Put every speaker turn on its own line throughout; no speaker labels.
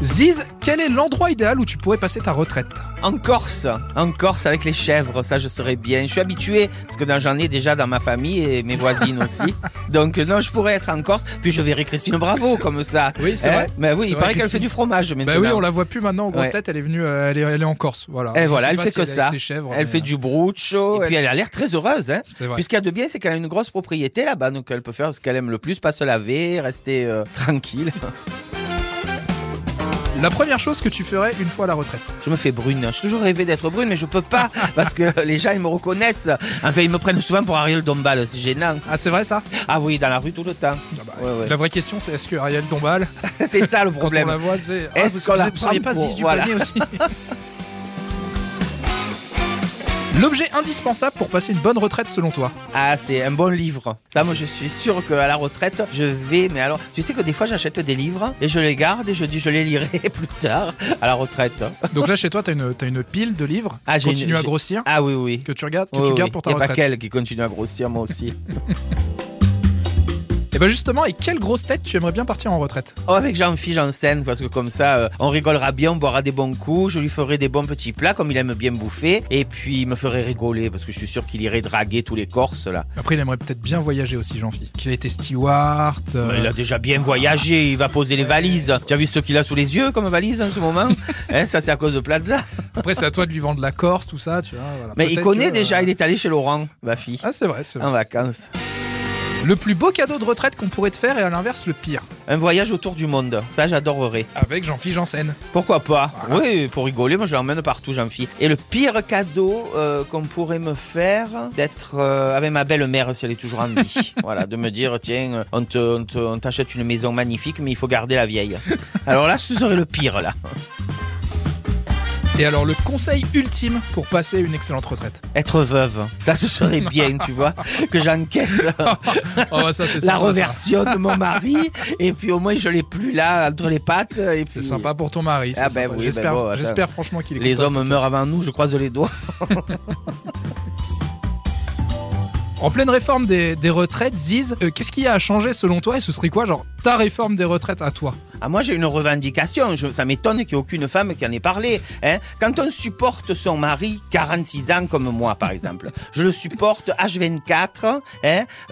Ziz, quel est l'endroit idéal où tu pourrais passer ta retraite
En Corse, en Corse avec les chèvres, ça je serais bien. Je suis habitué parce que dans- j'en ai déjà dans ma famille et mes voisines aussi. Donc euh, non, je pourrais être en Corse. Puis je verrai Christine Bravo comme ça.
Oui, c'est
Hein
vrai.
Mais oui,
C'est
il
vrai,
paraît qu'elle
Christine.
fait du fromage maintenant.
Eh, Bah oui, on la voit plus maintenant aux grosses
Ouais.
têtes, elle est venue, euh, elle, est, elle est en Corse. Voilà.
Et
Je
voilà,
sais
elle
pas
fait
si
que
est
ça.
avec ses chèvres,
Elle
mais,
fait du brucho.
Et
Et
puis-
puis elle a l'air très heureuse. Hein.
euh, C'est vrai.
Puis ce qu'il y a de bien, c'est qu'elle a une grosse propriété là-bas, donc elle peut faire ce qu'elle aime le plus, pas se laver, rester euh, tranquille.
La première chose que tu ferais une fois à la retraite.
Je me fais brune. J'ai toujours rêvé d'être brune, mais je peux pas parce que les gens ils me reconnaissent. Enfin, ils me prennent souvent pour Ariel Dombal, c'est gênant.
Ah, c'est vrai ça
Ah oui, dans la rue tout le temps.
Ah bah,
Ouais, ouais.
La vraie question, c'est est-ce que Ariel Dombal,
C'est ça le
quand on la
problème.
voit, c'est.
Est-ce
vous-
qu'on
vous-
la
vous seriez
prend
pas Ziz
pour-
du
voilà.
panier aussi L'objet indispensable pour passer une bonne retraite selon toi
Ah, c'est un bon livre. Ça, moi, je suis sûr qu'à la retraite, je vais. Mais alors, tu sais que des fois, j'achète des livres et je les garde et je dis, je les lirai plus tard à la retraite.
Donc là, chez toi, t'as une, t'as une pile de livres
Ah,
qui
j'ai une-
continue à
j'ai-
grossir,
Ah oui, oui.
que tu regardes, que
Oui,
tu
oui.
gardes pour ta
y a pas
retraite.
qu'elle qui continue à grossir, moi aussi.
Et bah justement, et quelle grosse tête tu aimerais bien partir en retraite
Oh, avec Jean-Phil Janssen, parce que comme ça, euh, on rigolera bien, on boira des bons coups, je lui ferai des bons petits plats comme il aime bien bouffer, et puis il me ferait rigoler, parce que je suis sûr qu'il irait draguer tous les Corses, là.
Après, il aimerait peut-être bien voyager aussi, Jean-Phi. Qu'il a été steward. euh,
Mais il a déjà bien voyagé, il va poser les valises. Tu as vu ce qu'il a sous les yeux comme valise en ce moment Hein, Ça, c'est à cause de Plaza.
Après, c'est à toi de lui vendre la Corse, tout ça, tu vois. voilà.
Mais il
Peut-être
connaît
que,
déjà,
euh,
il est allé chez Laurent, ma fille,
Ah, c'est vrai, c'est vrai.
en vacances. Ah.
Le plus beau cadeau de retraite qu'on pourrait te faire et à l'inverse, le pire.
Un voyage autour du monde, ça, j'adorerais.
Avec Jean-Phi Janssen.
Pourquoi pas
Voilà.
Oui, pour rigoler, moi je l'emmène partout, jean phi Et le pire cadeau euh, qu'on pourrait me faire, d'être euh, avec ma belle-mère si elle est toujours en vie. voilà, de me dire, tiens, euh, on te- on te- on t'achète une maison magnifique, mais il faut garder la vieille. Alors là, ce serait le pire, là.
Et alors, le conseil ultime pour passer une excellente retraite.
Être veuve, ça ce serait bien, tu vois, que j'encaisse
Oh, bah, ça, c'est
Ah. la
sympa. ça.
reversion de mon mari, et puis au moins je l'ai plus là, entre les pattes. Et
C'est
puis,
sympa pour ton mari. c'est
Ah,
sympa.
bah oui,
J'espère
bah bon, attends.
j'espère franchement qu'il est
Les hommes meurent avant nous, je croise les doigts.
En pleine réforme des, des retraites, Ziz, euh, qu'est-ce qu'il y a à changer selon toi et ce serait quoi, genre, ta réforme des retraites à toi
Ah, moi, j'ai une revendication. Je- ça m'étonne qu'il n'y ait aucune femme qui en ait parlé. Hein. Quand on supporte son mari 46 ans comme moi, par exemple, je le supporte H24 hein,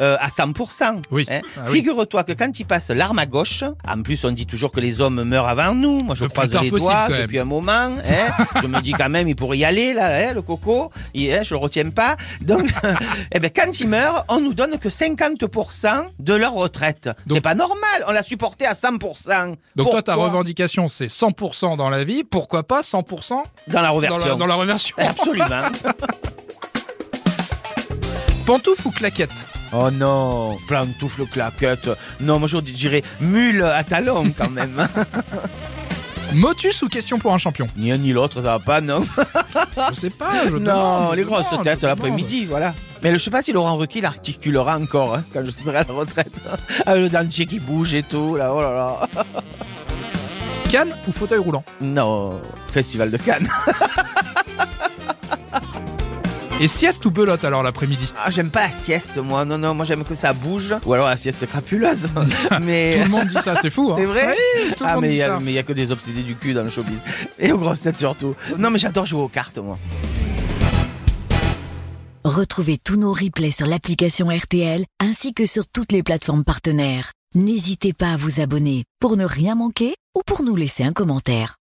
euh, à 100%.
Oui.
hein.
Ah oui.
Figure-toi que quand il passe l'arme à gauche, en plus, on dit toujours que les hommes meurent avant nous. Moi, je
Le plus
croise
tard
les
possible,
doigts
quand même.
depuis un moment. hein. je me dis quand même, il pourrait y aller, là, hein, le coco. Il, hein, je le retiens pas. Donc, eh ben, quand il meurt, on nous donne que 50% de leur retraite.
Donc-
C'est pas normal. On l'a supporté à 100%.
Donc, toi, ta
Pourquoi
revendication, c'est 100% dans la vie, pourquoi pas 100%
Dans la
dans
reversion.
la, dans la reversion
Absolument.
Pantoufle ou claquette
oh non, pantoufle claquette. Non, moi je dirais mule à talons quand même.
Motus ou question pour un champion
ni un ni l'autre, ça va pas, non.
Je sais pas, je
Ah. non,
demande, je
les grosses
demande,
têtes
je
l'après-midi, voilà. Mais je sais pas si Laurent Ruquier l'articulera encore hein, quand je serai à la retraite. hein, Avec le dentier qui bouge et tout, là, oh là là.
demande. Cannes ou fauteuil roulant
Non, Festival de Cannes.
Et sieste ou belote alors l'après-midi
Ah, j'aime pas la sieste, moi. Non, non, moi j'aime que ça bouge. Ou alors la sieste crapuleuse.
Tout
Mais.
le monde dit ça, c'est fou. hein.
C'est vrai
Oui, tout le
Ah,
monde
mais
dit
il y
ça.
a- mais il y a que des obsédés du cul dans le showbiz. Et aux grosses têtes surtout. Non, mais j'adore jouer aux cartes, moi.
Retrouvez tous nos replays sur l'application RTL ainsi que sur toutes les plateformes partenaires. N'hésitez pas à vous abonner pour ne rien manquer ou pour nous laisser un commentaire.